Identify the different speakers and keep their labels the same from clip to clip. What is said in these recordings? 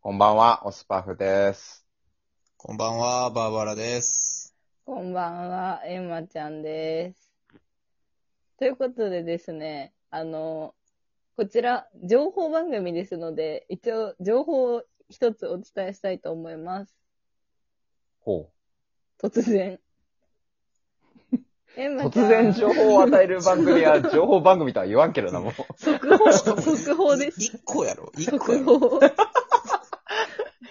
Speaker 1: こんばんは、オスパフです。
Speaker 2: こんばんは、バーバラです。
Speaker 3: こんばんは、エンマちゃんです。ということでですね、あの、こちら、情報番組ですので、一応、情報を一つお伝えしたいと思います。
Speaker 1: ほ
Speaker 3: 突然。エン
Speaker 1: う。
Speaker 3: マちゃ
Speaker 1: 突
Speaker 3: ん。
Speaker 1: 然情報を与える番組は、情報番 組とは言わんけどな、もう。
Speaker 3: 速報、速報です。
Speaker 2: 一個 やろ一個や
Speaker 3: 速
Speaker 2: ろ
Speaker 3: 報。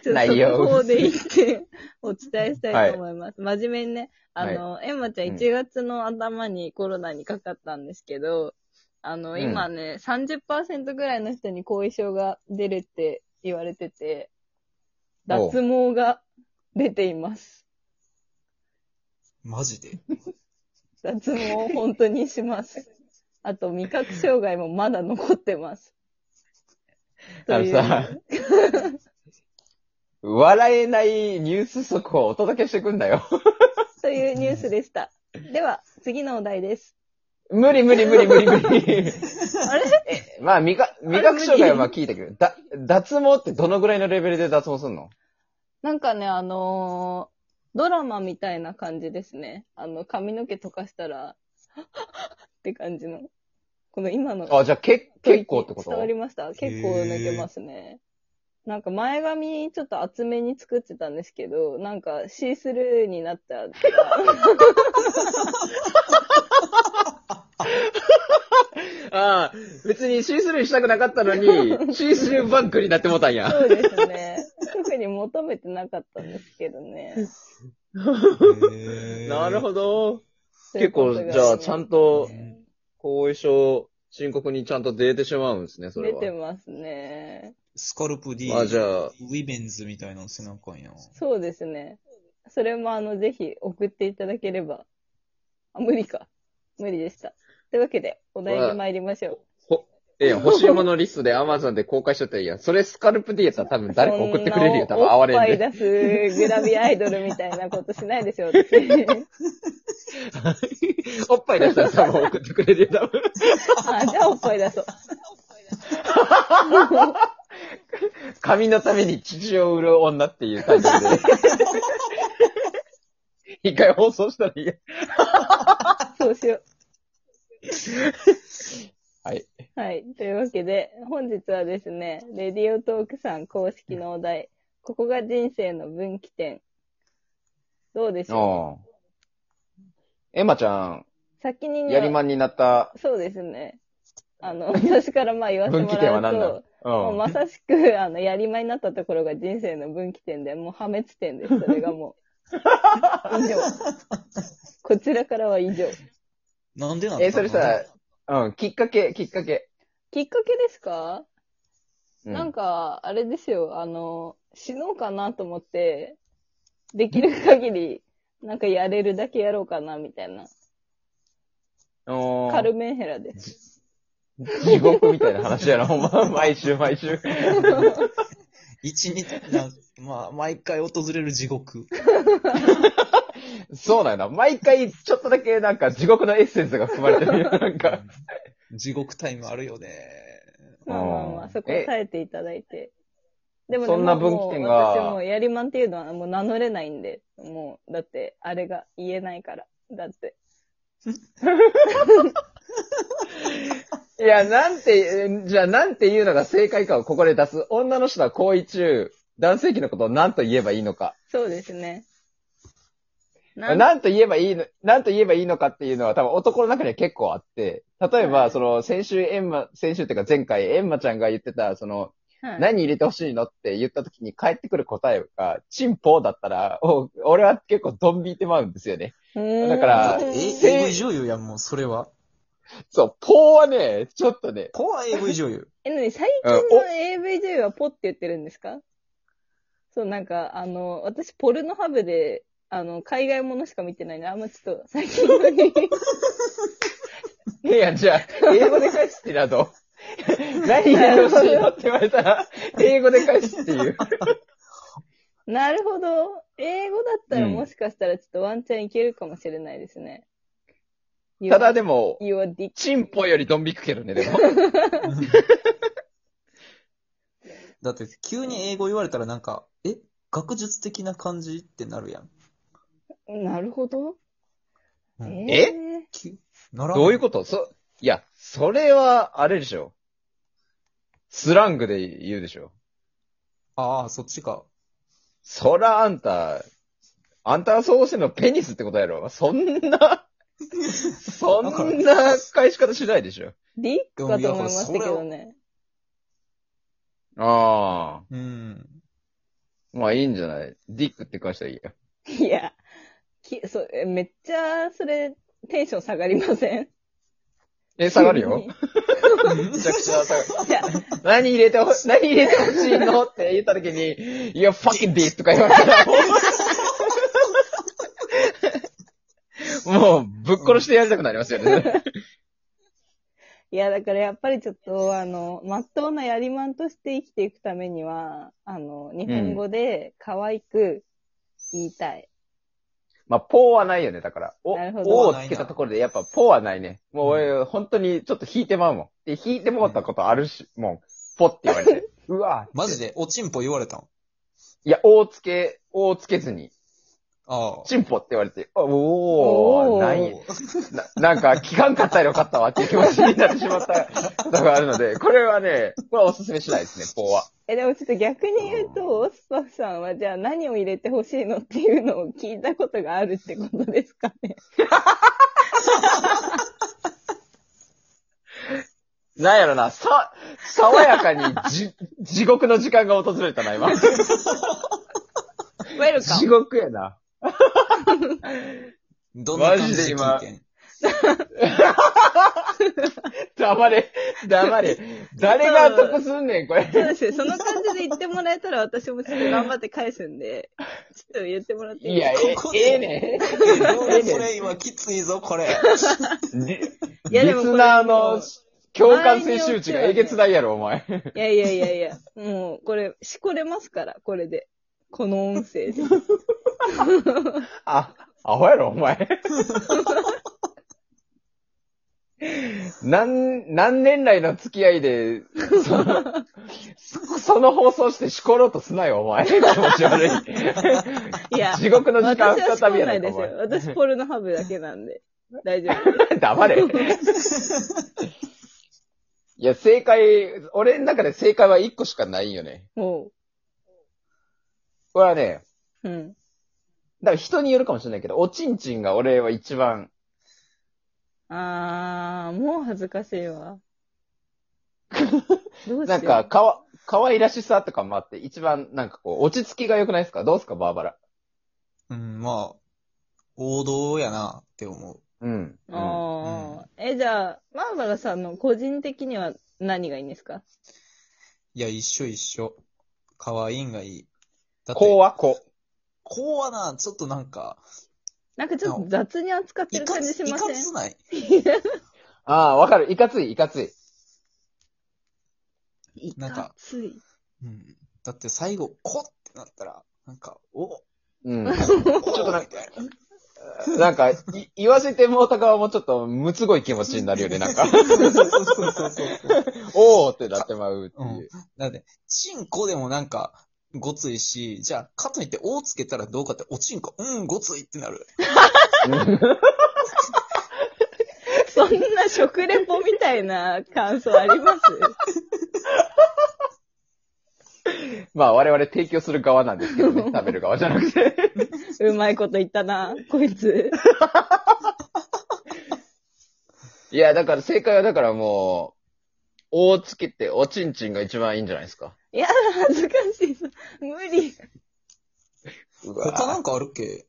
Speaker 1: 内容
Speaker 3: 速報で一点お伝えしたいと思います。真面目にね、あの、エンマちゃん
Speaker 1: うん
Speaker 3: 1月の頭にコロナにかかったんですけど、あ
Speaker 1: う
Speaker 3: の、
Speaker 1: ん
Speaker 3: 今ね、30%ぐらいの人に後遺症が出るって言われてて、
Speaker 1: おう
Speaker 3: 脱毛が出ています。
Speaker 2: マジ で。
Speaker 3: 脱毛を本当にします。 あと、味覚障害もまだ残ってます。
Speaker 1: あのさ、笑えないニュース速報をお届けしてくんだ よ。
Speaker 3: というニュースでした。では、次のお題です。
Speaker 1: 無理無理無理無理無理。
Speaker 3: あれ
Speaker 1: まあ、味覚、味覚障害はまあ聞いたけど、だ、脱毛ってどのぐらいのレベルで脱毛すんの
Speaker 3: なんかね、あのードラマみたいな感じですね。あの、髪の毛溶かしたら、って感じの。この今の。
Speaker 1: あ、じゃあ、け、結構ってこと
Speaker 3: 伝わりました結構抜けますね。なんか前髪ちょっと厚めに作ってたんですけど、なんかシースルーになったら。
Speaker 1: ああ、別にシースルーしたくなかったの に、シースルーバンクになってもたんや。
Speaker 3: そうですね。特に求めてなかったんですけどね。
Speaker 1: なる
Speaker 2: ど。
Speaker 1: ほど。結構、じゃあ、ちゃん
Speaker 3: と
Speaker 1: と、後遺症、深刻にちゃんと出てしまうんですね、それ
Speaker 3: 出
Speaker 1: は。
Speaker 3: てますね。
Speaker 2: スカルプ D、
Speaker 1: あじゃあ
Speaker 2: ウィメンズみたいなの背中やん。
Speaker 3: そうですね。それもあの、ぜひ送っていただければ。あ、無理か。無理でした。というわけで、お題に参りましょう。
Speaker 1: ほ、ええ、欲しいものリストで Amazon で公開しちゃったらいいやん。それスカルプ D やったら多分誰か送ってくれるよ、多分
Speaker 3: そ
Speaker 1: 哀
Speaker 3: ん なおっ
Speaker 1: れんで。
Speaker 3: ぱい出すグラビアアイドルみたいなことしないでしょ、私。
Speaker 1: おっぱい出したら多分送ってくれるよ、多分。
Speaker 3: あ、じゃあおっぱい出そう。
Speaker 1: 髪のために父を売る女っていう感じで。一回放送したらいいや。
Speaker 3: そうしよ
Speaker 1: はい。
Speaker 3: う。はい。というわけで、本日はですね、レディオトークさん公式のお題、ここが人生の分岐点。どうでしょ
Speaker 1: うん。エマちゃ
Speaker 3: う先に
Speaker 1: ん、
Speaker 3: ね、
Speaker 1: やりまんになった
Speaker 3: そうですね。あの、私からまあ言わせて
Speaker 1: 分
Speaker 3: も
Speaker 1: 岐点
Speaker 3: ら
Speaker 1: は
Speaker 3: う
Speaker 1: 何な
Speaker 3: と
Speaker 1: の、
Speaker 3: もう
Speaker 1: うん。
Speaker 3: まさしく、あの、やりまになったところが人生の分岐点で、もう破滅点です。それがも う。以上。こちらからは以上。
Speaker 2: なんでなん
Speaker 1: え、それさ、うん、きっかけ、きっかけ。
Speaker 3: きっかけですか、
Speaker 1: うん
Speaker 3: なんか、あれですよ、あの、死のうかなと思って、できる限り、なんかやれるだけやろうかな、みたいな。
Speaker 1: うん
Speaker 3: カルメンヘラ です。
Speaker 1: 地獄みたいな話やな、ほんま。毎週毎週。
Speaker 2: 一日、なまあ、毎回訪れる 地獄。
Speaker 1: そうなんだ。毎回、ちょっとだけなんか地獄のエッセンスが含まれてる よ。なんか。
Speaker 2: 地獄タイムあるよね。
Speaker 3: まあまあま
Speaker 1: あ
Speaker 3: あ、
Speaker 1: ー
Speaker 3: そこ
Speaker 1: え
Speaker 3: を耐えていただいて。でもね、
Speaker 1: そんな
Speaker 3: もう
Speaker 1: 分岐点が
Speaker 3: もう私もうやりまんっていうのはもう名乗れないんで、もう、だって、あれが言えないから。だって。
Speaker 1: いや、なんて、えーじゃあなんて言うのが正解かをここで出す。女の人は行為中、男性器のことを何と言えばいいのか。
Speaker 3: そうですね。なん
Speaker 1: 何と言えばいいの、何と言えばいいのかっていうのは多分男の中には結構あって、例え
Speaker 3: は
Speaker 1: ば、
Speaker 3: い
Speaker 1: その、先週エンマ、先週っていうか前回エンマちゃんが言ってた、その、
Speaker 3: はい
Speaker 1: 何入れてほしいのって言った時に返ってくる答えが、チンポだったら、お俺は結構ドン引いてまうんですよね。
Speaker 3: うーん
Speaker 1: だから
Speaker 3: うーん
Speaker 1: え
Speaker 3: え
Speaker 2: AV 女優やん、もう、それは。
Speaker 1: そう、ポーはね、ちょっとね、
Speaker 2: ポは AV 女 優。
Speaker 3: なに最近の AV 女優はポって言ってるんですかそう、なんか、あの、私、ポルノハブで、あの、海外ものしか見てないんで、あんまちょっと、最近 のに、
Speaker 1: いや、じゃあ、英語で返すってなど。何入れてほしいのって言われたら、英語で返すっていう。
Speaker 3: なるほど。英語だったら
Speaker 1: うん
Speaker 3: もしかしたらちょっとワンチャンいけるかもしれないですね。
Speaker 1: ただでも、
Speaker 3: You are dick.
Speaker 1: チンポよりドン引くけどね、でも。
Speaker 2: だって、急に英語言われたらなんか、え学術的な感じってなるやん。
Speaker 3: なるほど。
Speaker 2: うん
Speaker 1: え
Speaker 3: ー
Speaker 2: きならん
Speaker 1: どういうことそ、いや、それは、あれでしょ。スラングで言うでしょ。
Speaker 2: ああ、そっちか。
Speaker 1: そらあんた、あんたがそうしてんのペニスってことやろ。そんな、そんな返し方しないでしょ。
Speaker 3: リックかと思いましたけどね。
Speaker 1: ああ。
Speaker 2: うん。
Speaker 1: まあいいんじゃないディックって返したらいいや。
Speaker 3: いや、きそうえめっちゃ、それ、テンション下がりません
Speaker 1: え、下がる よ。
Speaker 2: め
Speaker 1: めちゃくちゃ下がる。
Speaker 3: いや、
Speaker 1: 何入れてほ、何入れてほしいのって言った時に、いや、ファキンディスとか言われたら、もう、ぶっ殺してやりたくなりますよね。
Speaker 3: いや、だからやっぱりちょっと、あの、まっとうなやりまんとして生きていくためには、あの、日本語で可愛く言いたい。
Speaker 1: まあ、ポーはないよね、だから。お、
Speaker 3: なるほど
Speaker 1: おをつけたところで、やっぱ、ポーはないね。もう、俺、本当に、ちょっと引いてまうもん。で、引いてもらったことあるし、もう、ポって言われて。うわ
Speaker 2: マジ
Speaker 1: で
Speaker 2: で、おちんぽ言われたん
Speaker 1: いや、おをつけ、おをつけずに、
Speaker 2: ああ。
Speaker 1: チンポって言われて、あお
Speaker 3: お
Speaker 1: ー、
Speaker 3: ー
Speaker 1: ないな、なんか、聞かんかったらよかったわっていう気持ちになってしまったことがあるので、これはね、これはおすすめしないですね、ポーは。
Speaker 3: え、でもちょっと逆に言うと、スパフさんはじゃあ何を入れてほしいのっていうのを聞いたことがあるってことですか ね。
Speaker 1: なんやろな、さ、爽やかにじ、地獄の時間が訪れたな、今。
Speaker 3: ウェルカ
Speaker 1: 地
Speaker 3: ム。
Speaker 1: 獄やな。
Speaker 2: どんな感じで聞
Speaker 1: マ
Speaker 2: い
Speaker 1: ジ
Speaker 2: て
Speaker 1: で
Speaker 2: ん
Speaker 1: 黙れ、黙れ。誰が得すんねん、これ。
Speaker 3: そうですね。その感じで言ってもらえたら私もちょっと頑張って返すんで、ちょっと言ってもらってい
Speaker 1: い
Speaker 3: いで
Speaker 1: や、
Speaker 3: すか
Speaker 1: え
Speaker 2: ここ、で
Speaker 1: ええね
Speaker 2: 俺それ今きついぞ、これ。
Speaker 1: ん。リ
Speaker 3: いやでも
Speaker 1: ス
Speaker 3: これ
Speaker 1: ナーの共感性周知がえげつないやろ、お前。
Speaker 3: いやいやいやいや、もうこれ、しこれますから、これで。この音 声で。
Speaker 1: あ、アホやろ、お前。何、何年来の付き合いで、その、その放送してしころうとすなよ、お前。気持ち悪い。
Speaker 3: いや、
Speaker 1: 地獄の時間
Speaker 3: 私は仕
Speaker 1: 再び
Speaker 3: 込ん
Speaker 1: や
Speaker 3: な
Speaker 1: ないいか、
Speaker 3: で
Speaker 1: お
Speaker 3: す
Speaker 1: 前。。
Speaker 3: よ私、ポルノハブだけなんで。大丈夫。
Speaker 1: 黙れ。いや、正解、俺の中で正解は1個しかないよね。
Speaker 3: も
Speaker 1: これはね、
Speaker 3: う。うん。
Speaker 1: だから人によるかもしれないけど、おちんちんが俺は一番、
Speaker 3: あー、もう恥ずかしい わ。どうしよう。
Speaker 1: なんか、、かわ、可愛らしさとかもあって、一番、なんかこう、落ち着きが良くないですかどうですか、バーバラ。
Speaker 2: うん、まあ、王道やなって思う。
Speaker 1: うん。うん
Speaker 3: あー、え、じゃあ、バーバラさんの個人的には何がいいんですか
Speaker 2: いや、一緒一緒。可愛いんがいい。だって
Speaker 1: こうはこう。
Speaker 2: こうはな、ちょっとなんか、
Speaker 3: なんかちょっと雑に扱って
Speaker 2: い
Speaker 3: る
Speaker 2: か
Speaker 3: 感じ
Speaker 2: つ、
Speaker 3: し
Speaker 2: い
Speaker 3: ま
Speaker 2: か
Speaker 3: せん
Speaker 2: つない。
Speaker 1: ああ、わかる。いかつい、いかつい。
Speaker 3: い
Speaker 2: なんか
Speaker 3: かつい。
Speaker 2: うん。だって最後、こってなったら、なんか、 お、ち
Speaker 1: うん。
Speaker 2: ょっ
Speaker 1: となん
Speaker 2: か、
Speaker 1: なんか、い言わせてもうた側もちょっと、むつごい気持ちになるよね、なん か。
Speaker 2: そうそうそうそうそう。
Speaker 1: おーってなってまうっていう。
Speaker 2: だって、チンコでもなんか、ごついし、じゃあ、かといって、おつけたらどうかって、おちんこ、うん、ごついってなる。
Speaker 3: そんな食レポみたいな感想あります
Speaker 1: まあ、我々提供する側なんですけどね。食べる側じゃな くて。
Speaker 3: うまいこと言ったな、こいつ。
Speaker 1: いや、だから正解はだからもう、大つけて、おちんちんが一番いいんじゃないですか。
Speaker 3: いや、恥ずかしい。無理。
Speaker 1: うわ
Speaker 2: 他なんかあるっけ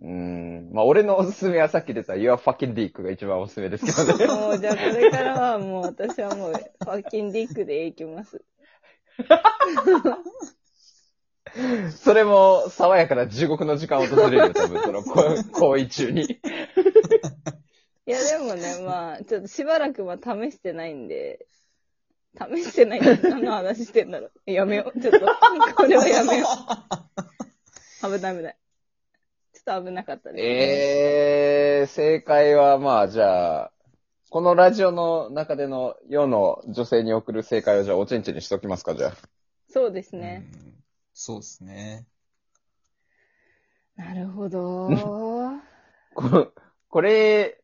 Speaker 1: うーん。まあ、俺のおすすめはさっき出た Your Fucking Dick が一番おすすめですけどね。
Speaker 3: もう、じゃあこれからはもう私はもう、ファッキンディックでいきます。
Speaker 1: それも、爽やかな地獄の時間を訪れるよ、多分、その、こ行為中 に。
Speaker 3: いや、でも ね、まあ、ちょっとしばらくは試してないんで、試してないんで何の話してんだろう。やめよう。ちょ っと、これはやめよう。危ない危ない。ちょっと危なかったです、
Speaker 1: ええー、正解は、まあ、じゃあ、このラジオの中での世の女性に送る正解をじゃあおちんちんにしときますか、じゃあ。
Speaker 3: そうですね。
Speaker 2: うん。そうですね。
Speaker 3: なるほ どー。
Speaker 1: ここれ、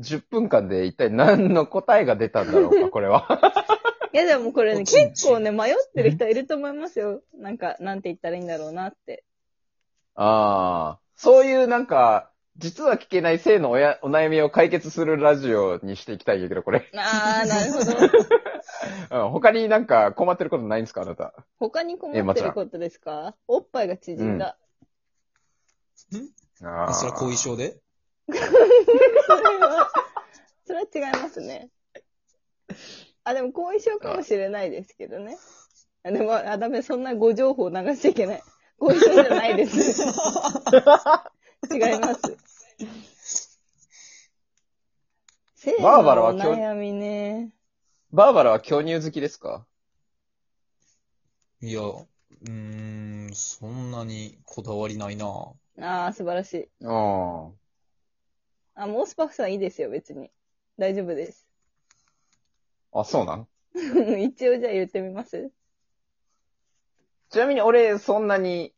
Speaker 1: 10分間で一体何の答えが出たんだろうか、これは。
Speaker 3: いやでもこれね、
Speaker 2: おちんちん
Speaker 3: 結構ね、迷ってる人いると思いますよ。なんか、なんて言ったらいいんだろうなって。
Speaker 1: ああ。そういうなんか、実は聞けない性のおやお悩みを解決するラジオにしていきたいんだけど、これ。
Speaker 3: あー、なるほど。
Speaker 1: う ん、他になんか困ってることないんですか、あなた。
Speaker 3: 他に困ってることですかおっぱいが縮んだ。
Speaker 1: あ
Speaker 2: それは後遺症で
Speaker 3: それは、それは違いますね。あ、でも後遺症かもしれないですけどね。あ、でも、あ、ダメ、そんなご情報流しちゃいけない。後遺症じゃないです。違います。性の
Speaker 1: バーバラは
Speaker 3: お
Speaker 1: 今日
Speaker 3: 悩みね。
Speaker 1: バーバラは巨乳好きですか
Speaker 2: いや、うーん、そんなにこだわりないな
Speaker 3: ああ、素晴らしい。
Speaker 1: うん。
Speaker 3: あ、もうスパフさんいいですよ、別に。大丈夫です。
Speaker 1: あ、そうなん
Speaker 3: 一応じゃあ言ってみます
Speaker 1: ちなみに俺、そんなに、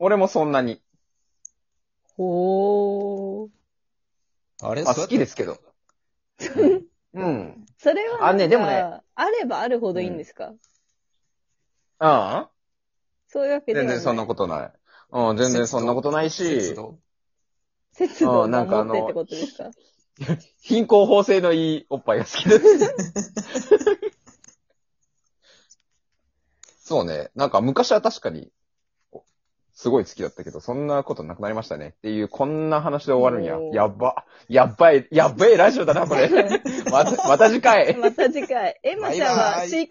Speaker 1: 俺もそんなに。
Speaker 3: ほー。
Speaker 2: あれ。
Speaker 1: あ、好きですすけど。うん。
Speaker 3: それはなんか
Speaker 1: あねでもね
Speaker 3: あればあるほどいいんですか、
Speaker 1: ああ
Speaker 3: そういうわけでは
Speaker 1: 全
Speaker 3: ない。
Speaker 1: 然そんなことない。うん、 全然そんなことないし
Speaker 2: 節、度
Speaker 3: 節度を
Speaker 1: うんなんかあ
Speaker 3: 守
Speaker 1: の
Speaker 3: ってってことですか
Speaker 1: 貧困法制のいいおっぱいが好き です。そうね。なんか昔は確かに、おすごい好きだったけど、そんなことなくなりましたね。っていう、こんな話で終わるんや
Speaker 3: お。ー
Speaker 1: やっば。やっばい、やっばいラジオだな、これ。また、また次回。
Speaker 3: また次回。エマちゃん
Speaker 2: バイ
Speaker 3: は
Speaker 2: バイ
Speaker 3: シーカ